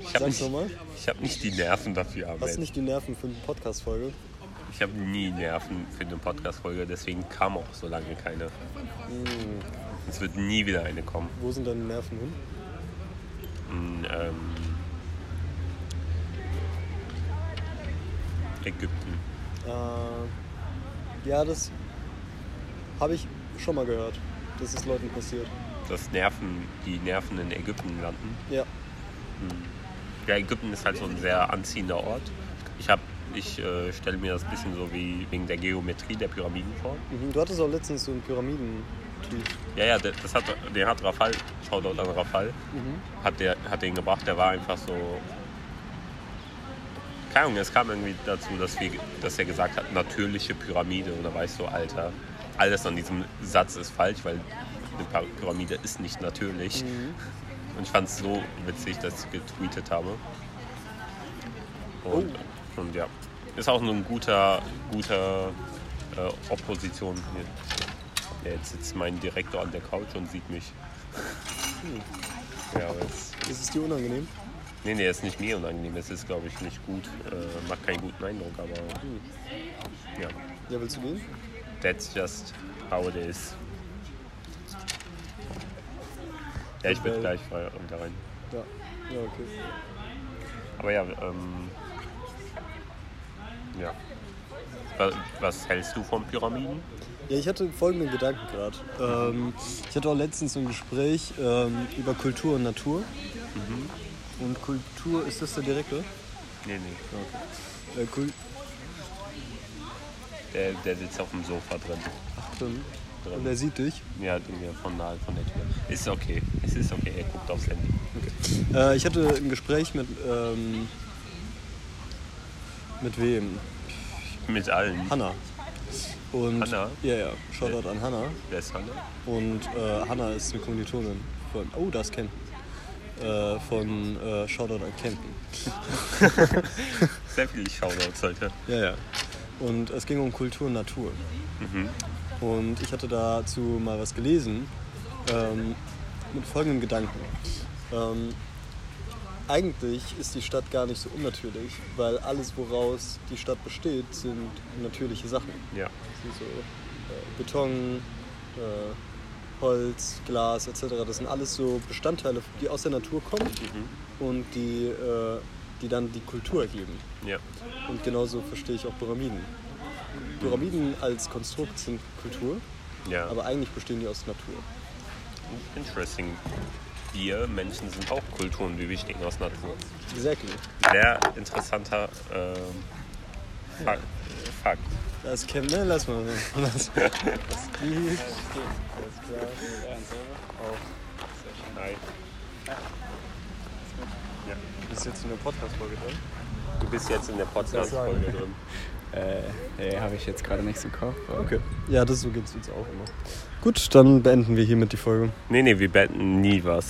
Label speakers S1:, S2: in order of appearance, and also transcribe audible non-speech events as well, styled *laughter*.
S1: Ich habe
S2: Sag's
S1: nicht,
S2: nochmal.
S1: ich hab nicht die Nerven dafür, aber
S2: Hast nicht die Nerven für eine Podcast-Folge?
S1: ich habe nie Nerven für eine Podcast-Folge, deswegen kam auch so lange keine.
S2: Hm.
S1: Es wird nie wieder eine kommen.
S2: Wo sind deine Nerven hin?
S1: In, ähm, Ägypten.
S2: Äh, ja, das habe ich schon mal gehört, dass es Leuten passiert.
S1: Dass Nerven, die Nerven in Ägypten landen.
S2: Ja,
S1: Ja, Ägypten ist halt so ein sehr anziehender Ort. Ich, hab- ich äh, stelle mir das ein bisschen so wie wegen der Geometrie der Pyramiden vor.
S2: mhm. du hattest auch letztens so einen Pyramiden-Tweet.
S1: Ja, ja, der- das hat, den hat Rafal, Shoutout an Rafal, hat, der, hat den gebracht, der war einfach so. Keine Ahnung, es kam irgendwie dazu, dass, wir, dass er gesagt hat, natürliche Pyramide. Und da war ich so, Alter, alles an diesem Satz ist falsch, weil eine Pa- Pyramide ist nicht natürlich. Und ich fand es so witzig, dass ich getweetet habe. Und, und ja, ist auch so ein guter, guter äh, Opposition. Hier. Ja, jetzt sitzt mein Direktor an der Couch und sieht mich. Ja, aber es,
S2: Ist es dir unangenehm?
S1: nee, nee, ist nicht mir unangenehm. Es ist, glaube ich, nicht gut. Äh, macht keinen guten Eindruck, aber. Ja,
S2: Ja, willst du gehen?
S1: that's just how it is. Ja, ich werde gleich frei und da rein.
S2: Ja. Ja, okay.
S1: Aber ja, ähm. Ja. Was, was hältst du von Pyramiden?
S2: Ja, ich hatte folgenden Gedanken gerade. Ähm, ich hatte auch letztens so ein Gespräch ähm, über Kultur und Natur. Und Kultur, ist das der direkte?
S1: Nee, nee.
S2: Äh, Kul
S1: Der, der sitzt auf dem Sofa drin.
S2: Stimmt. Und er sieht dich.
S1: Ja, den hier von nahe von der Tür. Ist okay. Es ist okay. Er guckt aufs Handy.
S2: Äh, ich hatte ein Gespräch mit. Ähm, mit wem?
S1: Mit allen.
S2: Hanna. Und,
S1: Hanna?
S2: Ja, ja. Shoutout an Hanna.
S1: Wer ist Hanna?
S2: Und äh, Hanna ist eine Kommilitonin von. Oh, das Ken. Äh, von äh, Shoutout an Campen.
S1: Sehr viele Shoutouts heute.
S2: Ja, ja. Und es ging um Kultur und Natur. Und ich hatte dazu mal was gelesen ähm, mit folgendem Gedanken. Ähm, eigentlich ist die Stadt gar nicht so unnatürlich, weil alles, woraus die Stadt besteht, sind natürliche Sachen.
S1: Ja.
S2: Das sind so äh, Beton, äh, Holz, Glas etc. Das sind alles so Bestandteile, die aus der Natur kommen und die, äh, die dann die Kultur ergeben.
S1: Ja.
S2: Und genauso verstehe ich auch Pyramiden. Pyramiden als Konstrukt sind Kultur,
S1: Ja.
S2: aber eigentlich bestehen die aus Natur.
S1: interesting. Wir Menschen sind auch Kulturen, wie wir stehen aus Natur.
S2: Exactly.
S1: Sehr interessanter ähm, Fakt. Fakt.
S2: Das kennen wir, lass mal. *laughs* Lass mal.
S1: Nein.
S2: Das ist jetzt in der Podcast-Folge drin.
S1: Du bist jetzt in der Podcast-Folge drin.
S3: Nee, Äh, habe ich jetzt gerade nicht im Kopf. aber-
S2: Okay. Ja, das so gibt es jetzt auch immer. Gut, dann beenden wir hiermit die Folge.
S1: Nee, nee, wir beenden nie was.